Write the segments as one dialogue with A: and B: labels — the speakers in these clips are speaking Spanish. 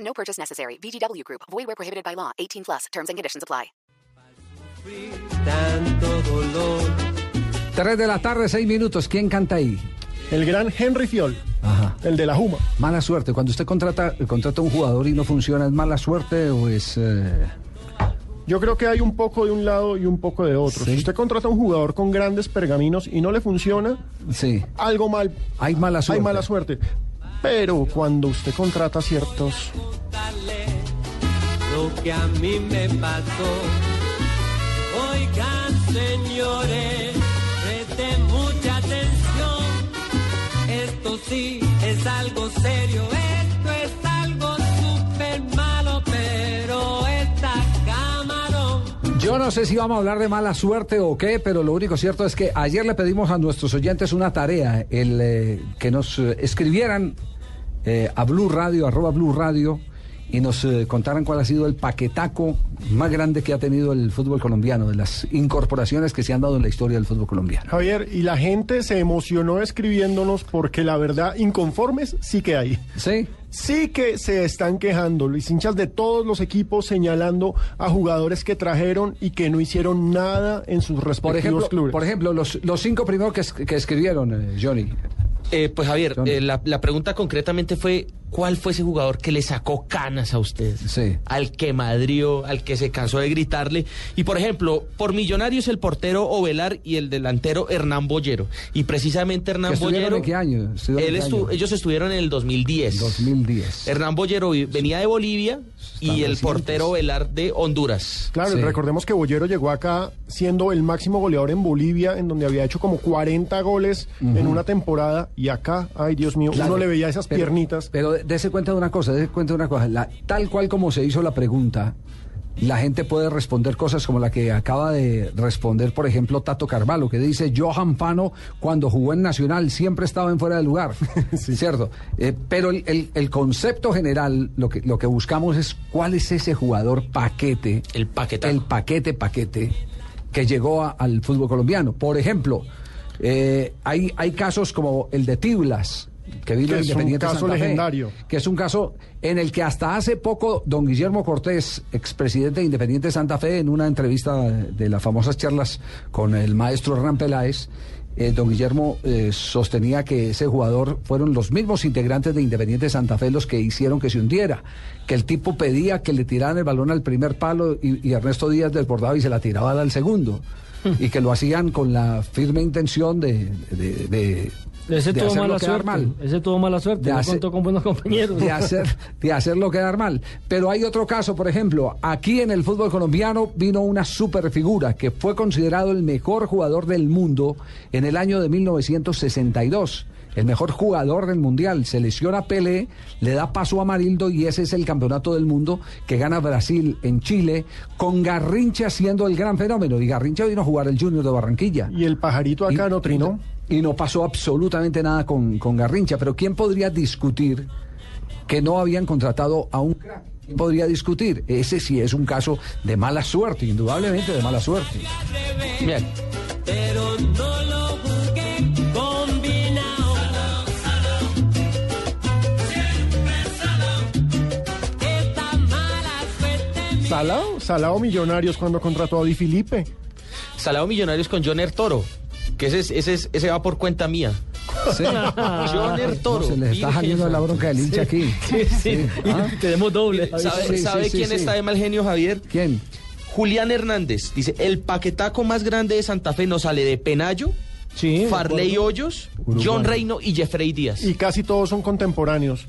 A: No purchase necessary. VGW Group. Void where prohibited by law. 18 plus. Terms and conditions apply.
B: Tanto dolor.
C: 3 de la tarde, 6 minutos. ¿Quién canta ahí?
D: El gran Henry Fiol, el de la Juma.
C: Mala suerte. Cuando usted contrata, contrata a un jugador y no funciona, ¿es mala suerte o es...? eh,
D: Yo creo que hay un poco de un lado y un poco de otro. Si usted contrata a un jugador con grandes pergaminos y no le funciona,
C: Sí.
D: algo mal.
C: Hay mala suerte.
D: Hay mala suerte. Pero cuando usted contrata ciertos,
B: Contarle lo que a mí me pasó. Oigan, señores, presten mucha atención. Esto sí es algo serio. Esto es algo súper malo, pero está camarón.
C: Yo no sé si vamos a hablar de mala suerte o qué, pero lo único cierto es que ayer le pedimos a nuestros oyentes una tarea, el eh, que nos eh, escribieran eh, a Blue Radio, arroba Blue Radio, y nos eh, contaran cuál ha sido el paquetaco más grande que ha tenido el fútbol colombiano, de las incorporaciones que se han dado en la historia del fútbol colombiano.
D: Javier, y la gente se emocionó escribiéndonos porque la verdad, inconformes sí que hay.
C: ¿Sí?
D: Sí que se están quejando, Luis, hinchas de todos los equipos señalando a jugadores que trajeron y que no hicieron nada en sus respectivos
C: Por ejemplo,
D: clubes.
C: por ejemplo los, los cinco primeros que, es- que escribieron, eh, Johnny.
E: Eh, pues Javier,
C: Johnny.
E: eh, la, la pregunta concretamente fue, ¿cuál fue ese jugador que le sacó canas a usted?
C: Sí.
E: Al que madrió, al que se cansó de gritarle. Y por ejemplo, por Millonarios el portero Ovelar y el delantero Hernán Bollero. Y precisamente Hernán
C: ¿Que estuvieron
E: Bollero...
C: en qué año? ¿Estuvieron
E: él
C: en qué
E: estu-
C: año?
E: Ellos estuvieron en el 2010.
C: 2010.
E: Hernán Bollero vi- venía de Bolivia
C: Están
E: y el
C: recientes.
E: portero Ovelar de Honduras.
D: Claro,
C: Sí.
D: recordemos que Bollero llegó acá siendo el máximo goleador en Bolivia, en donde había hecho como 40 goles en una temporada, y acá, ay Dios mío,
C: Claro,
D: uno le veía esas
C: pero-
D: piernitas.
C: Pero dése cuenta de una cosa, dése cuenta de una cosa. La- tal cual como se hizo la pregunta, la gente puede responder cosas como la que acaba de responder, por ejemplo, Tato Carvalho, que dice, Johan Fano, cuando jugó en Nacional, siempre estaba en fuera de lugar. ¿Cierto? Eh, pero el, el- el concepto general, lo que, lo que buscamos es cuál es ese jugador paquete.
E: El paquetaco.
C: El paquete, paquete, que llegó a- al fútbol colombiano. Por ejemplo, eh, hay, hay casos como el de Tiblas, que vino
D: Que es un
C: Independiente
D: caso
C: Santa Fe,
D: legendario.
C: que es un caso en el que hasta hace poco don Guillermo Cortés, expresidente de Independiente Santa Fe, en una entrevista de las famosas charlas con el maestro Hernán Peláez, eh, don Guillermo eh, sostenía que ese jugador fueron los mismos integrantes de Independiente Santa Fe los que hicieron que se hundiera, que el tipo pedía que le tiraran el balón al primer palo y, y Ernesto Díaz desbordaba y se la tiraba al segundo. Y que lo hacían con la firme intención de, de- de-
F: Ese
C: de
F: tuvo
C: hacerlo
F: mala
C: quedar
F: suerte.
C: mal
F: Ese tuvo mala suerte.
C: De
F: No
C: hacer-
F: contó con buenos compañeros.
C: de, hacer, de hacerlo quedar mal. Pero hay otro caso, por ejemplo, aquí en el fútbol colombiano vino una superfigura que fue considerado el mejor jugador del mundo en el año de 1962. El mejor jugador del mundial se lesiona Pelé, le da paso a Marildo y ese es el campeonato del mundo que gana Brasil en Chile, con Garrincha siendo el gran fenómeno. Y Garrincha vino a jugar el Junior de Barranquilla.
D: Y el pajarito acá no trinó.
C: Y no pasó absolutamente nada con, con Garrincha. Pero ¿quién podría discutir que no habían contratado a un crack? ¿Quién podría discutir? Ese sí es un caso de mala suerte, indudablemente de mala suerte.
E: Bien.
B: Pero no lo busqué combinado. Esta mala suerte
D: Salao, Salao Millonarios cuando contrató a Di Filipe.
E: Salado Millonarios con John Toro. Que ese, es- ese, es- ese va por cuenta mía.
C: Sí.
E: John Toro.
C: Ah. No, se les está
E: virgen
C: saliendo la bronca del hincha aquí.
F: sí, sí.
C: Sí, ah.
F: Y Tenemos doble.
E: ¿Sabe,
C: Sí, sí,
E: sabe
C: sí,
E: quién
C: sí.
E: está de mal genio, Javier?
C: ¿Quién?
E: Julián Hernández. Dice, el paquetaco más grande de Santa Fe nos sale de Penayo,
F: Sí,
E: Farley Hoyos, John
C: Uruguayo.
E: Reino y Jeffrey Díaz.
D: Y casi todos son contemporáneos.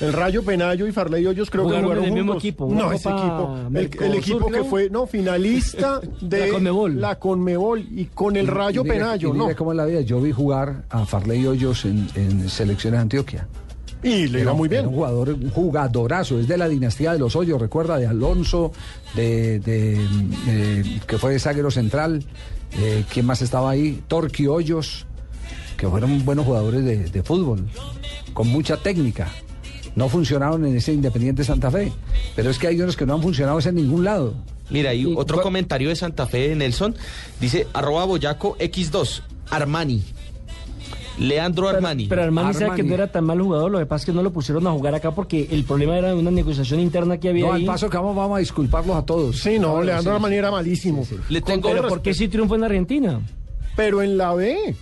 D: El Rayo Penayo y Farley Hoyos creo que
F: Jugaron en
D: jugaron
F: el mismo
D: juntos.
F: equipo, una
D: No, ese
F: Copa
D: equipo. El, el
F: Mercosur,
D: equipo que
F: creo.
D: fue no finalista de
F: La Conmebol.
D: la Conmebol y con el Rayo
C: Y mire-
D: Penayo,
C: y mire
D: no.
C: cómo es la vida. Yo vi jugar a Farley Hoyos en, en selecciones de Antioquia.
D: Y le iba muy
C: era
D: bien.
C: Un jugador, un jugadorazo, es de la dinastía de los hoyos, recuerda, de Alonso, de, de, mm, eh, que fue zaguero central, eh, ¿quién más estaba ahí? Torqui Hoyos, que fueron buenos jugadores de, de fútbol, con mucha técnica. No funcionaron en ese Independiente Santa Fe, pero es que hay unos que no han funcionado es en ningún lado.
E: Mira, y
F: Y
E: otro
F: cua-
E: comentario de Santa Fe de Nelson. Dice, arroba Boyaco X2, Armani. Leandro
F: Pero-
E: Armani.
F: Pero Armani, sabe
C: Armani.
F: que no era tan mal jugador, lo que pasa es que no lo pusieron a jugar acá porque el problema era una negociación interna que había
C: No, al
F: ahí.
C: paso que vamos, vamos a disculparlos a todos.
D: Sí, no,
C: Ahora
D: Leandro
C: sí.
D: Armani era malísimo.
E: Le tengo
F: Pero ¿por qué sí triunfó en Argentina?
D: Pero en la B,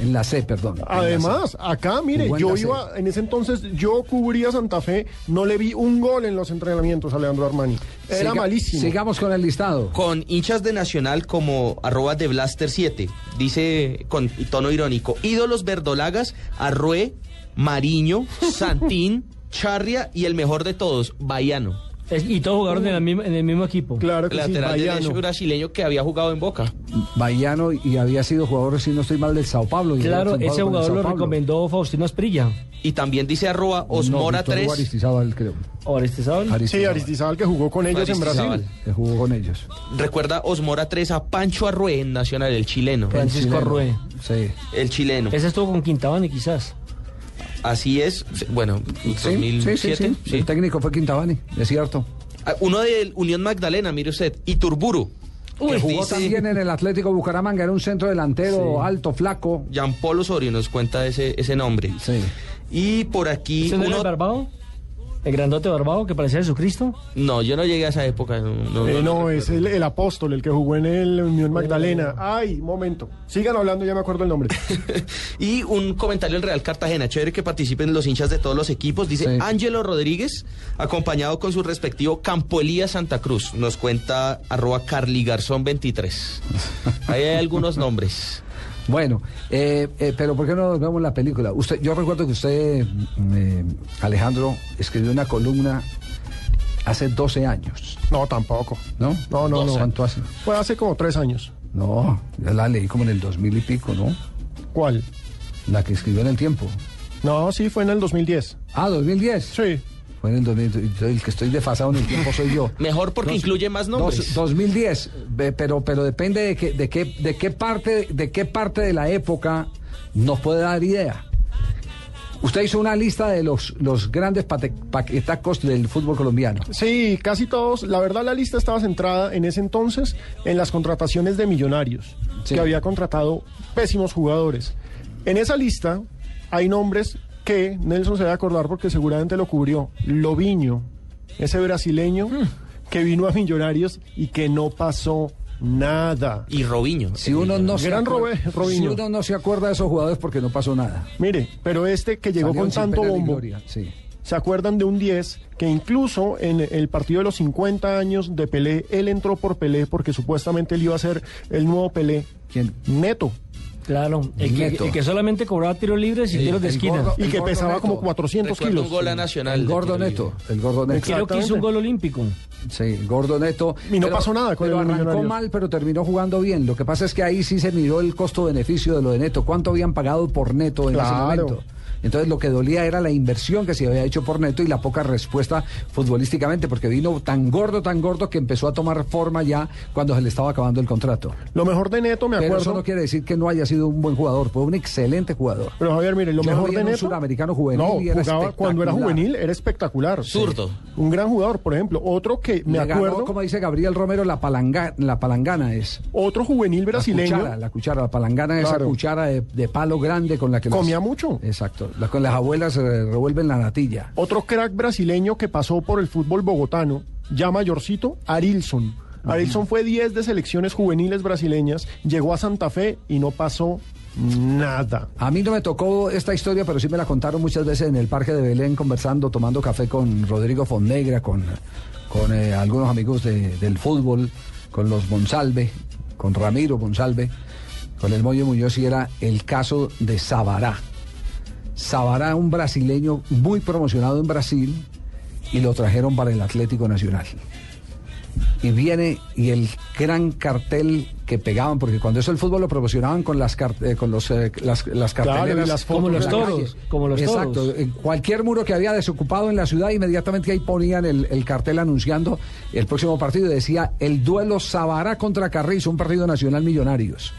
C: En la C, perdón. en la C.
D: además, acá, mire,
C: Jugó en
D: yo
C: la C.
D: iba, en ese entonces, yo cubría Santa Fe, no le vi un gol en los entrenamientos a Leandro Armani. Era
C: Siga-
D: malísimo.
C: Sigamos con el listado.
E: con hinchas de Nacional como arroba de Blaster 7, dice con tono irónico, ídolos verdolagas, Arrué, Mariño, Santín, Charria y el mejor de todos, Baiano.
F: Es- y todos jugaron en, la misma- en el mismo equipo.
D: Claro que
E: Lateral
D: sí,
E: derecho
D: Baiano.
E: brasileño que había jugado en Boca.
C: Baiano y había sido jugador, si no estoy mal, del Sao Paulo. y
F: Claro,
C: había triunfado
F: ese
C: con el
F: jugador
C: Sao
F: lo
C: Paulo.
F: recomendó Faustino Asprilla.
E: Y también dice arroba Osmora
C: no, Víctor
E: 3.
C: Hugo Aristizábal, creo.
F: Aristizábal.
D: Sí,
C: Aristizábal,
D: Aristizábal que jugó con ellos en
E: Aristizábal.
D: Brasil.
C: Que jugó con ellos.
E: Recuerda Osmora 3 a Pancho Arrué en Nacional, el chileno.
F: Pan- Francisco
C: El chileno.
F: Arrué.
C: Sí.
E: El chileno.
F: Ese estuvo con Quintabani quizás.
E: Así es. Bueno,
C: Sí, sí,
E: 2007.
C: sí, sí.
E: sí.
C: El técnico fue Quintabani, es cierto.
E: Ah, Uno de Unión Magdalena, mire usted, y Turburu.
C: Que jugó también en el Atlético Bucaramanga, era un centro delantero alto, flaco.
E: Jean Paul Osorio nos cuenta ese, ese nombre.
C: Sí.
E: Y por aquí
F: ¿Ese no era el
E: uno...
F: Barbado? ¿El grandote Barbado que parecía Jesucristo?
E: No, yo no llegué a esa época. No, no, no, no
D: Eh, no, es
E: recuerdo.
D: el, el apóstol, el que jugó en el Unión Magdalena. Ay, momento. Sigan hablando, ya me acuerdo el nombre.
E: Y un comentario del Real Cartagena, chévere que participen los hinchas de todos los equipos. Dice
C: Sí.
E: Ángelo Rodríguez, acompañado con su respectivo Campo Elías Santa Cruz. Nos cuenta arroba Carly Garzón 23. Ahí hay algunos nombres.
C: Bueno, eh, eh, pero ¿por qué no nos vemos la película? Usted, yo recuerdo que usted, mm, eh, Alejandro, escribió una columna hace 12 años,
D: No, tampoco.
C: ¿no?
D: No, no, no.
C: ¿Cuánto hace?
D: Fue hace como tres años.
C: No, yo la leí como en el 2000 y pico, ¿no?
D: ¿Cuál?
C: La que escribió en el tiempo.
D: No, sí, fue en el 2010.
C: Ah, 2010.
D: Sí.
C: Fue en el 2000. yo- El que estoy desfasado en el tiempo soy yo.
E: Mejor porque incluye más nombres.
C: Dos- 2010, ve- pero, pero depende de, que, de, qué, de, qué parte, de qué parte de la época nos puede dar idea. Usted hizo una lista de los, los grandes pate- paquetacos del fútbol colombiano.
D: Sí, casi todos. La verdad, la lista estaba centrada en ese entonces en las contrataciones de millonarios,
C: Sí.
D: que había contratado pésimos jugadores. En esa lista hay nombres que Nelson se va a acordar porque seguramente lo cubrió. Lobiño, ese brasileño
C: Hmm.
D: que vino a Millonarios y que no pasó nada.
E: Y Robinho. Eh,
C: Si uno no, se
D: Gran
C: acuer-
D: Robe- Robinho.
C: si uno no se acuerda de esos jugadores porque no pasó nada.
D: Mire, pero este que llegó
C: Salieron
D: con
C: sin
D: tanto
C: pena ni
D: bombo.
C: gloria, sí.
D: ¿Se acuerdan de un 10 que incluso en el partido de los 50 años de Pelé, él entró por Pelé porque supuestamente él iba a ser el nuevo Pelé?
C: ¿Quién?
D: Neto.
F: Claro, el que,
C: Neto.
F: el que solamente cobraba tiros libres y tiros de
C: el
F: esquina.
C: gordo.
D: Y
C: El
D: que pesaba
C: Neto.
D: como 400
E: Recuerdo un
D: kilos.
E: gol a Nacional.
C: El
E: de
C: gordo
E: tiro libre.
C: neto. El gordo neto.
F: Creo que hizo un gol olímpico.
C: Sí, gordo neto.
D: Y no pasó nada con
C: pero
D: el
C: arrancó
D: Millonarios.
C: mal, pero terminó jugando bien. Lo que pasa es que ahí sí se miró el costo-beneficio de lo de neto. ¿Cuánto habían pagado por neto en
D: Claro.
C: ese momento? Entonces lo que dolía era la inversión que se había hecho por Neto y la poca respuesta futbolísticamente, porque vino tan gordo, tan gordo que empezó a tomar forma ya cuando se le estaba acabando el contrato.
D: Lo mejor de Neto, me
C: Pero
D: acuerdo.
C: eso no quiere decir que no haya sido un buen jugador, fue un excelente jugador.
D: Pero Javier, mire, lo
C: Yo lo
D: mejor
C: vi
D: de
C: en un
D: Neto.
C: suramericano juvenil
D: No,
C: y era
D: jugaba cuando era
C: espectacular.
D: juvenil, era espectacular.
E: Zurdo.
D: Un gran jugador, por ejemplo. Otro que me
C: Le ganó,
D: acuerdo,
C: como dice Gabriel Romero, la, palanga- la palangana es.
D: otro juvenil
C: La
D: brasileño.
C: cuchara, la cuchara, la palangana, esa
D: Claro.
C: cuchara de, de palo grande con la que... las-
D: Comía mucho.
C: Exacto, la, con las abuelas eh, revuelven la natilla.
D: Otro crack brasileño que pasó por el fútbol bogotano, ya mayorcito, Arilson. Arilson fue 10 de selecciones juveniles brasileñas, llegó a Santa Fe y no pasó nada.
C: A mí no me tocó esta historia, pero sí me la contaron muchas veces en el Parque de Belén, conversando, tomando café con Rodrigo Fonnegra, con, con eh, algunos amigos de- del fútbol, con los Monsalve, con Ramiro Monsalve, con el Moyo Muñoz, y era el caso de Sabará. Sabará, un brasileño muy promocionado en Brasil, y lo trajeron para el Atlético Nacional. y viene y el gran cartel que pegaban, porque cuando eso el fútbol lo promocionaban con las car- eh, con los, eh, las, las
D: Claro, y
C: carteleras.
D: las
F: Como los
C: en la
F: toros,
C: calle.
F: como los
C: Exacto,
F: toros.
C: en cualquier muro que había desocupado en la ciudad, inmediatamente ahí ponían el, el cartel anunciando el próximo partido y decía el duelo Sabará contra Carrizo, un partido nacional millonarios.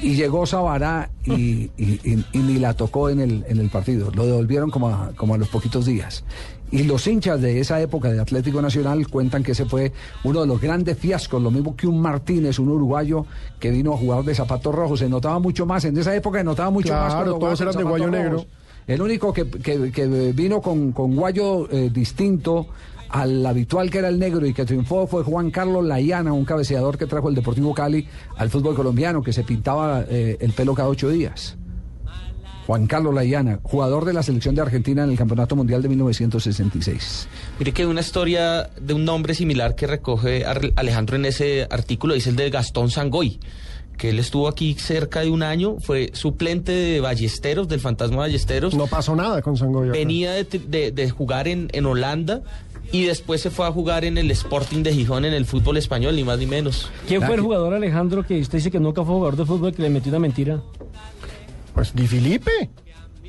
C: Y llegó Sabará y, y- y- y ni la tocó en el, en el partido. Lo devolvieron como a, como a los poquitos días. Y los hinchas de esa época de Atlético Nacional cuentan que ese fue uno de los grandes fiascos, lo mismo que un Martínez, un uruguayo que vino a jugar de zapatos rojos. Se notaba mucho más, en esa época se notaba mucho más.
D: Claro,
C: cuando jugaba
D: todos
C: con
D: eran de
C: zapatos
D: guayo negro.
C: rojos. El único que, que- que vino con, con guayo eh, distinto al habitual que era el negro y que triunfó fue Juan Carlos Laiana, un cabeceador que trajo el Deportivo Cali al fútbol colombiano, que se pintaba eh, el pelo cada ocho días. Juan Carlos Laiana, jugador de la selección de Argentina en el Campeonato Mundial de 1966.
E: Mire que una historia de un nombre similar que recoge Ar- Alejandro en ese artículo es el de Gastón Sangoy, que él estuvo aquí cerca de un año, fue suplente de Ballesteros, del fantasma Ballesteros.
D: No pasó nada con Sangoya.
E: venía de, tri- de- de jugar en, en Holanda y después se fue a jugar en el Sporting de Gijón en el fútbol español, ni más ni menos.
F: ¿Quién
C: La
F: fue el
C: que-
F: jugador Alejandro que usted dice que nunca fue jugador de fútbol que le metió una mentira?
D: Pues Di Filipe.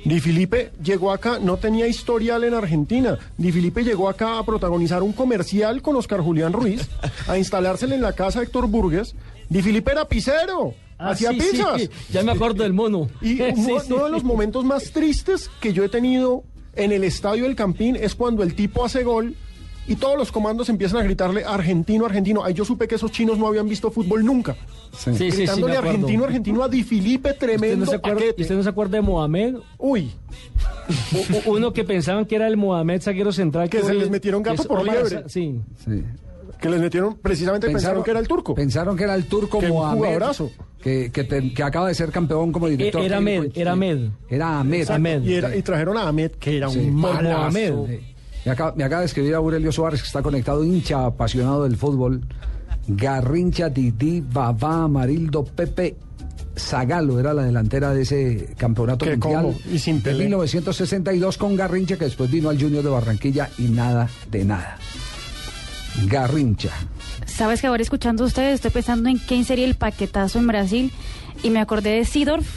D: Di Filipe llegó acá, no tenía historial en Argentina. Di Filipe llegó acá a protagonizar un comercial con Oscar Julián Ruiz, a instalársele en la casa de Héctor Burgues. Di Filipe era pisero, hacía
F: Ah, sí, sí,
D: pizzas.
F: sí, ya me acuerdo del mono.
D: Y un-
F: Sí,
D: uno,
F: sí.
D: de los momentos más tristes que yo he tenido en el estadio del Campín es cuando el tipo hace gol y todos los comandos empiezan a gritarle argentino, argentino. Ahí yo supe que esos chinos no habían visto fútbol nunca.
F: Sí, sí, sí, me
D: Gritándole
F: acuerdo.
D: argentino, argentino a Di Filipe,
F: ¿Usted
D: tremendo
F: no, se acuerda,
D: paquete.
F: usted no se acuerda de Mohamed?
D: Uy,
F: U- u- Uno que pensaban que era el Mohamed zaguero central.
D: Que se
F: hoy
D: les
F: es-
D: metieron gato
F: que es
D: por
F: Omar
D: liebre.
F: Sa- Sí.
C: Sí.
D: que les metieron, precisamente pensaron, que era el turco.
C: Pensaron que era el turco
D: Que un
C: Mohamed,
D: jugadorazo.
C: Que, que te- que acaba de ser campeón como director.
F: E, era
C: técnico.
F: Med, era Med.
C: Era Ahmed.
F: Exacto. Ahmed.
D: y, era- y trajeron a Ahmed, que era un
F: Por
D: malazo.
F: Mohamed.
C: Sí. Me acaba, me acaba de escribir Aurelio Suárez, que está conectado, hincha apasionado del fútbol. Garrincha, Didi, Babá, Amarildo, Pepe, Zagalo era la delantera de ese campeonato
D: Qué
C: mundial
D: combo, y sin
C: de
D: Pelé.
C: 1962 con Garrincha, que después vino al Junior de Barranquilla y nada de nada. Garrincha.
G: Sabes que ahora escuchando a ustedes estoy pensando en quién sería el paquetazo en Brasil y me acordé de Sidorf,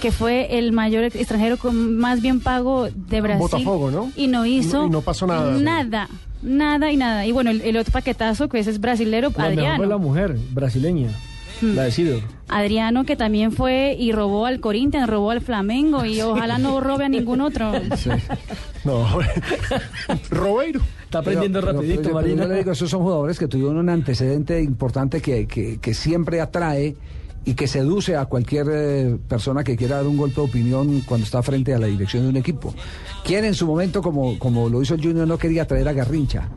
G: que fue el mayor extranjero con más bien pago de Brasil.
D: Botafogo, ¿no?
G: Y no hizo
D: No- y no pasó nada.
G: Nada, nada y nada. Y bueno, el, el otro paquetazo que ese es brasilero,
F: La mejor fue la
G: Adriano.
F: mujer brasileña. La de Sidor.
G: Adriano que también fue y robó al Corinthians, robó al Flamengo y ojalá no robe a ningún otro.
D: No, Robeiro.
F: Está aprendiendo
C: Pero- pero- pero yo-
F: rapidito,
C: pero
F: Marina.
C: yo le digo, esos son jugadores que tuvieron un antecedente importante que, que- que siempre atrae y que seduce a cualquier eh, persona que quiera dar un golpe de opinión cuando está frente a la dirección de un equipo. Quien en su momento, como, como lo hizo el Junior, no quería traer a Garrincha.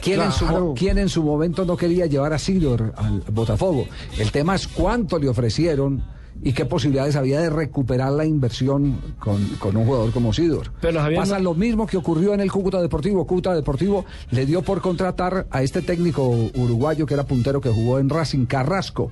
C: ¿Quién, en su,
D: Claro.
C: mo- quién en su momento no quería llevar a Sidor al Botafogo? El tema es cuánto le ofrecieron y qué posibilidades había de recuperar la inversión con, con un jugador como Sidor.
F: Pero, Javier,
C: Pasa
F: no-
C: lo mismo que ocurrió en el Cúcuta Deportivo. Cúcuta Deportivo le dio por contratar a este técnico uruguayo que era puntero que jugó en Racing Carrasco.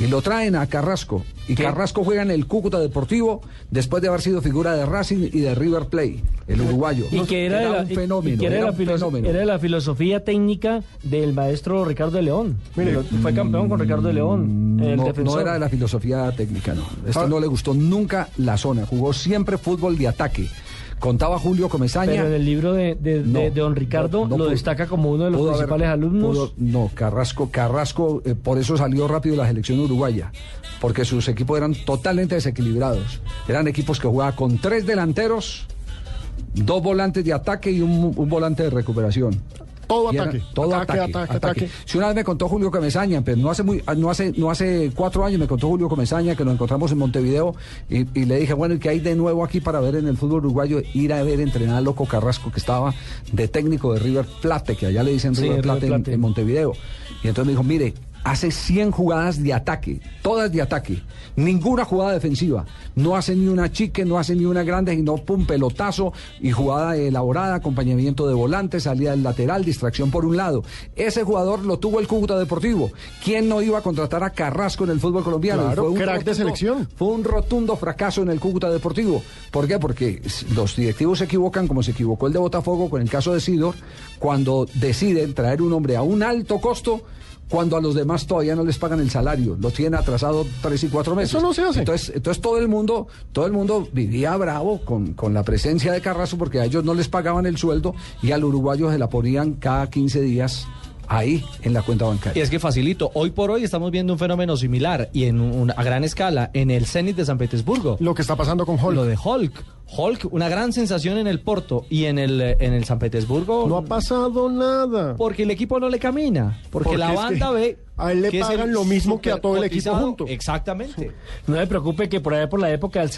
C: Y lo traen a Carrasco. Y
F: ¿Qué?
C: Carrasco juega en el Cúcuta Deportivo después de haber sido figura de Racing y de River Plate, el uruguayo.
F: Y que era, de la-
C: un
F: y- y
C: fenómeno.
F: que era de
C: era
F: la
C: un
F: filos-
C: fenómeno.
F: era de la filosofía técnica del maestro Ricardo de León. Lo- fue campeón con Ricardo de León. El
C: mm, no,
F: defensor.
C: no era de la filosofía técnica, no. Esto
D: Ah.
C: no le gustó nunca la zona. Jugó siempre fútbol de ataque. Contaba Julio Comesaña.
F: Pero en el libro de, de-
C: No,
F: de- de don Ricardo
C: no, no
F: lo
C: pudo.
F: destaca como uno de los
C: Pudo haber-
F: principales alumnos.
C: pudo- no, Carrasco, Carrasco, eh, por eso salió rápido de la selección uruguaya, porque sus equipos eran totalmente desequilibrados. Eran equipos que jugaban con tres delanteros, dos volantes de ataque y un, un volante de recuperación.
D: Todo
C: Y era-
D: ataque.
C: todo ataque,
D: ataque,
C: ataque.
D: ataque.
C: Si una vez me contó Julio Comesaña, pero no hace muy, ah, no hace, no hace cuatro años me contó Julio Comesaña que nos encontramos en Montevideo y, y le dije, bueno, ¿y qué hay de nuevo aquí para ver en el fútbol uruguayo? Ir a ver entrenar al Loco Carrasco, que estaba de técnico de River Plate, que allá le dicen
F: Sí,
C: River
F: River
C: Plate en-
F: Plate.
C: en Montevideo. Y entonces me dijo, mire, hace 100 jugadas de ataque, todas de ataque, ninguna jugada defensiva, no hace ni una chique, no hace ni una grande, sino pum, pelotazo y jugada elaborada, acompañamiento de volante, salida del lateral, distracción por un lado. Ese jugador lo tuvo el Cúcuta Deportivo. ¿Quién no iba a contratar a Carrasco en el fútbol colombiano?
D: Claro, crack de selección.
C: Fue un rotundo fracaso en el Cúcuta Deportivo. ¿Por qué? Porque s- los directivos se equivocan, como se equivocó el de Botafogo con el caso de Sidor, cuando deciden traer un hombre a un alto costo cuando a los demás todavía no les pagan el salario, lo tienen atrasado tres y cuatro meses.
D: Eso no se hace.
C: Entonces, entonces todo el mundo, todo el mundo vivía bravo con, con la presencia de Carrasco porque a ellos no les pagaban el sueldo y al uruguayo se la ponían cada 15 días ahí en la cuenta
H: Y
C: bancaria.
H: es que facilito, hoy por hoy estamos viendo un fenómeno similar y en un- a gran escala en el Zenit de San Petersburgo.
D: Lo que está pasando con Hall.
H: Lo de Hulk. Hulk, una gran sensación en el Porto y en el, eh, en el San Petersburgo.
D: No ha pasado nada.
H: Porque el equipo no le camina. Porque,
D: Porque
H: la
D: es que
H: banda ve.
D: a él le
H: que es el
D: pagan lo mismo que a todo el equipo
H: supercotizado.
D: junto.
H: Exactamente.
F: No me preocupe que por allá por la época del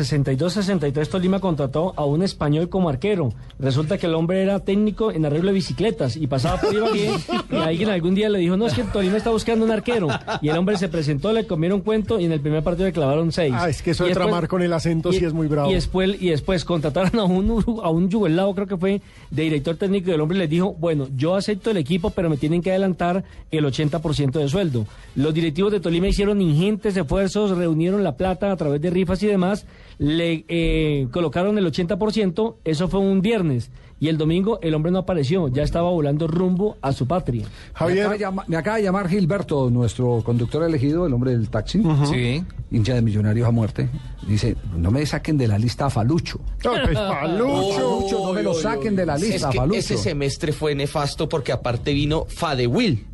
F: 62-63 Tolima contrató a un español como arquero. Resulta que el hombre era técnico en arreglo de bicicletas y pasaba por Ibagué y alguien algún día le dijo, no, es que Tolima está buscando un arquero. Y el hombre se presentó, le comieron cuento y en el primer partido le clavaron seis.
D: Ah, es que eso
F: Y
D: de tramar con el acento sí es muy bravo.
F: Y después, y después contrataron a un, uru- a un yugoslavo, creo que fue, de director técnico y el hombre les dijo, bueno, yo acepto el equipo, pero me tienen que adelantar el 80% de sueldo. Los directivos de Tolima hicieron ingentes esfuerzos, reunieron la plata a través de rifas y demás, le eh, colocaron el 80%, eso fue un viernes. Y el domingo el hombre no apareció, ya estaba volando rumbo a su patria.
C: Me, acaba de
D: Javier,
C: llama- me acaba de llamar Gilberto, nuestro conductor elegido, el hombre del taxi,
H: Sí.
C: hincha de Millonarios a muerte. Dice, no me saquen de la lista a Falucho.
D: no, pues, Palucho.
C: Falucho, no me lo saquen de la
E: Es
C: lista,
E: que
C: Falucho.
E: ese semestre fue nefasto porque aparte vino Fadewil,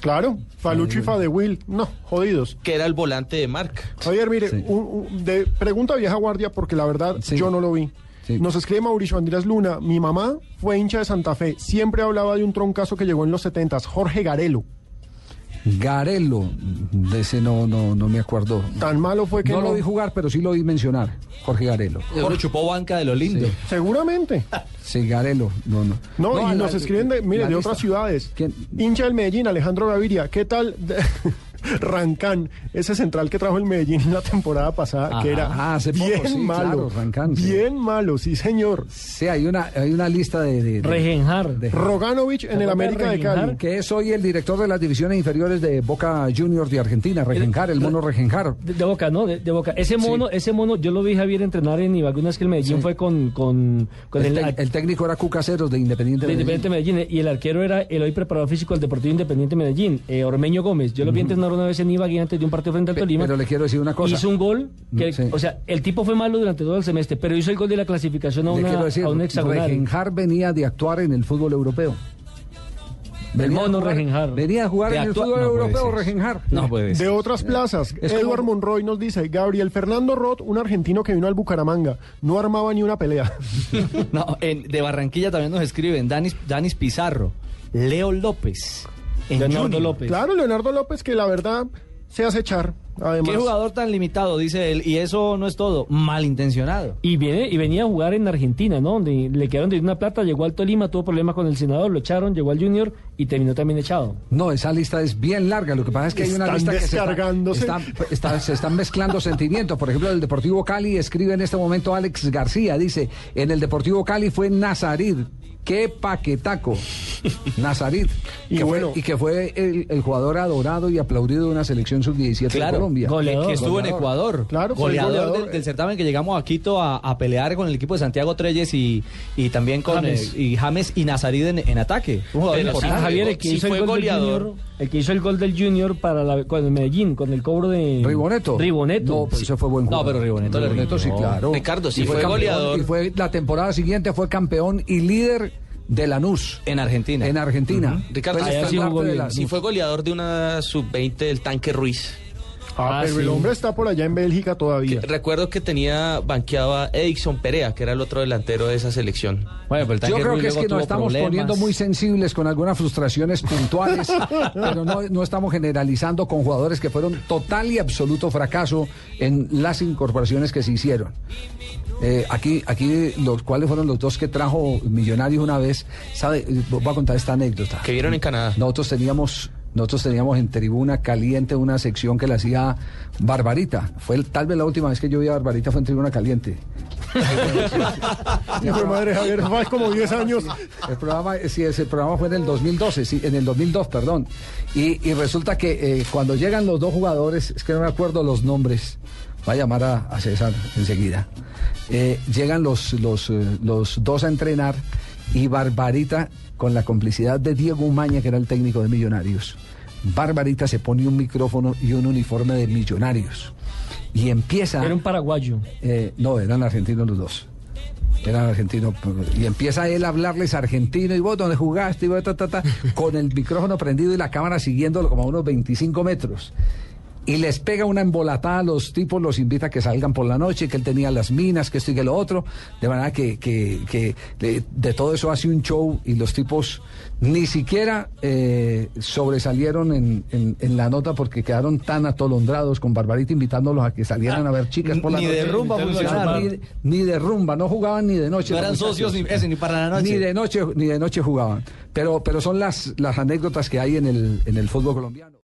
D: Claro, Palucho y Fadewil. No, jodidos.
E: que era el volante de marca.
D: Javier, mire,
C: Sí.
D: un- un- de, pregunta a vieja guardia porque la verdad
C: Sí.
D: yo no lo vi.
C: Sí.
D: Nos escribe Mauricio Andrés Luna. Mi mamá fue hincha de Santa Fe. Siempre hablaba de un troncazo que llegó en los 70s, Jorge Garelo.
C: Garelo, de ese no, no, no me acuerdo.
D: Tan malo fue que
C: No
D: no.
C: lo vi jugar, pero sí lo vi mencionar, Jorge Garelo.
H: Por chupó banca de lo lindo.
D: Seguramente.
C: Sí, Garelo, no, no.
D: No, y
C: a la-
D: nos escriben de, mire,
C: la
D: de
C: lista.
D: otras ciudades.
C: ¿Quién?
D: Hincha del Medellín, Alejandro Gaviria. ¿Qué tal? de- Rancán, ese central que trajo el Medellín la temporada pasada, que
C: Ajá,
D: era
C: hace poco,
D: bien
C: sí,
D: malo.
C: claro, Rancán, sí.
D: bien malo, sí, señor.
C: Sí, hay una, hay una lista de... de- de-
F: Regenjar.
C: de-
D: Roganovic en el
F: acuerdas
D: América
F: de
D: de Cali.
F: Regenjar?
C: que es hoy el director de las divisiones inferiores de Boca Juniors de Argentina, Regenjar, el mono Regenjar.
F: De, de Boca, ¿no? De, de Boca. Ese mono, ese mono, yo lo vi Javier entrenar en Ibagué una vez que el Medellín fue con, con, con
C: El,
F: el,
C: tec- Este el técnico era Cucaseros de Independiente.
F: de
C: Medellín.
F: Independiente Medellín eh, y el arquero era el hoy preparador físico del Deportivo Independiente Medellín, eh, Ormeño Gómez. Yo lo vi entrenar una vez en Ibagué antes de un partido frente al
C: Pe-
F: Tolima.
C: pero le quiero decir una cosa. Mm,
F: Hizo un gol que,
C: Sí.
F: o sea, el tipo fue malo durante todo el semestre, pero hizo el gol de la clasificación a,
C: Le
F: una,
C: quiero decir,
F: a un hexagonal.
C: Regenjar venía de actuar en el fútbol europeo.
F: El
C: Venía a
F: mono
C: jugar-
F: Regenjar.
C: Venía a jugar
H: De
C: en el
H: actua-
C: fútbol
H: no puede
C: europeo,
H: ser.
C: Regenjar.
H: No pues, puede
F: Pues,
D: De
H: ser.
F: eh,
D: otras plazas,
C: Es como-
D: Edward Monroy nos dice, Gabriel Fernando Roth, un argentino que vino al Bucaramanga, no armaba ni una pelea.
H: No, en- de Barranquilla también nos escriben Danis, Danis Pizarro, Leo López. en
F: Leonardo
H: Junior.
F: López.
D: Claro, Leonardo López, que la verdad se hace echar,
H: Qué
D: además.
H: jugador tan limitado, dice él. Y eso no es todo. Malintencionado.
F: Y, viene, y venía a jugar en Argentina, ¿no? Donde le quedaron de una plata, llegó al Tolima, tuvo problemas con el senador, lo echaron, llegó al Junior y terminó también echado.
C: No, esa lista es bien larga. Lo que pasa es que hay una
D: Están
C: lista que se está-
D: descargándose.
C: está- está- se están mezclando sentimientos. Por ejemplo, el Deportivo Cali escribe en este momento Alex García. Dice, en el Deportivo Cali fue Nazarid. ¡Qué paquetaco! Nazarid.
D: Y
C: que
D: bueno.
C: fue, y que fue el, el jugador adorado y aplaudido de una selección sub-17
H: Claro,
C: de Colombia.
H: que,
F: Goleador.
H: que estuvo en Ecuador.
D: Claro, fue
H: goleador,
D: goleador,
H: del,
D: eh.
H: del certamen que llegamos a Quito a, a pelear con el equipo de Santiago Treyes y, y también con eh,
F: James.
H: y James y Nazarid en, en ataque. Un jugador
E: Pero
F: Ah,
H: importante.
E: sí,
F: Javier, el que
E: Sí
F: hizo
E: fue
F: el gol
E: goleador.
F: del Junior, el que hizo el gol del Junior para la, con el Medellín, con el cobro de
C: Riboneto.
F: Riboneto.
C: No, pues, pero ese fue buen
H: Mm. No,
C: jugador.
H: pero Riboneto le
C: Riboneto sí,
H: rindió.
C: claro.
E: Ricardo, sí
C: Y
E: fue
C: campeón,
E: goleador.
C: Y fue la temporada siguiente, fue campeón y líder de Lanús
H: En Argentina.
C: en Argentina.
E: Ricardo,
C: Fue el
E: sí
C: estandarte
F: jugó
C: de
F: bien.
C: Lanús.
E: Sí fue goleador de una sub-20 del tanque Ruiz.
D: Ah,
F: Ah,
D: pero
F: sí.
D: el hombre está por allá en Bélgica todavía.
E: Recuerdo que tenía banqueaba Edison Perea, que era el otro delantero de esa selección.
H: Bueno, pero el
C: Yo
H: tanque
C: creo
H: Ruiz
C: que es
H: luego
C: que nos
H: tuvo
C: estamos
H: problemas.
C: poniendo muy sensibles con algunas frustraciones puntuales, pero no, no estamos generalizando con jugadores que fueron total y absoluto fracaso en las incorporaciones que se hicieron. Eh, aquí, aquí los cuales fueron los dos que trajo Millonarios una vez, sabe, Eh, voy a contar esta anécdota.
E: Que vieron en Canadá.
C: Nosotros teníamos Nosotros teníamos en Tribuna Caliente una sección que la hacía Barbarita. Fue el- tal vez la última vez que yo vi a Barbarita fue en Tribuna Caliente.
D: Hijo de madre, Javier, más como 10 años.
C: El programa, eh, sí, ese programa fue en el 2012, sí, en el 2002, perdón. Y, y resulta que eh, cuando llegan los dos jugadores, es que no me acuerdo los nombres, va a llamar a, a César enseguida. Eh, llegan los, los, eh, los dos a entrenar y Barbarita, con la complicidad de Diego Umaña, que era el técnico de Millonarios, Barbarita se pone un micrófono y un uniforme de Millonarios. Y empieza...
F: Era un paraguayo.
C: Eh, no, eran argentinos los dos. Eran argentinos. Y empieza él a hablarles argentino. Y vos, ¿dónde jugaste? Y vos, ta, ta, ta, con el micrófono prendido y la cámara siguiéndolo como a unos 25 metros. Y les pega una embolatada a los tipos, los invita a que salgan por la noche, que él tenía las minas, que esto y que lo otro. De manera que, que- que de, de todo eso hace un show y los tipos ni siquiera eh, sobresalieron en, en- en la nota porque quedaron tan atolondrados con Barbarita invitándolos a que salieran a ver chicas por la
H: Ah, Ni
C: noche.
H: de rumba funcionaron.
C: Ni, ni de rumba, no jugaban ni de noche.
H: No eran
C: los muchachos.
H: socios ni, ese, ni para la noche.
C: Ni de noche, ni de noche jugaban. Pero, pero son las, las anécdotas que hay en el, en el fútbol colombiano.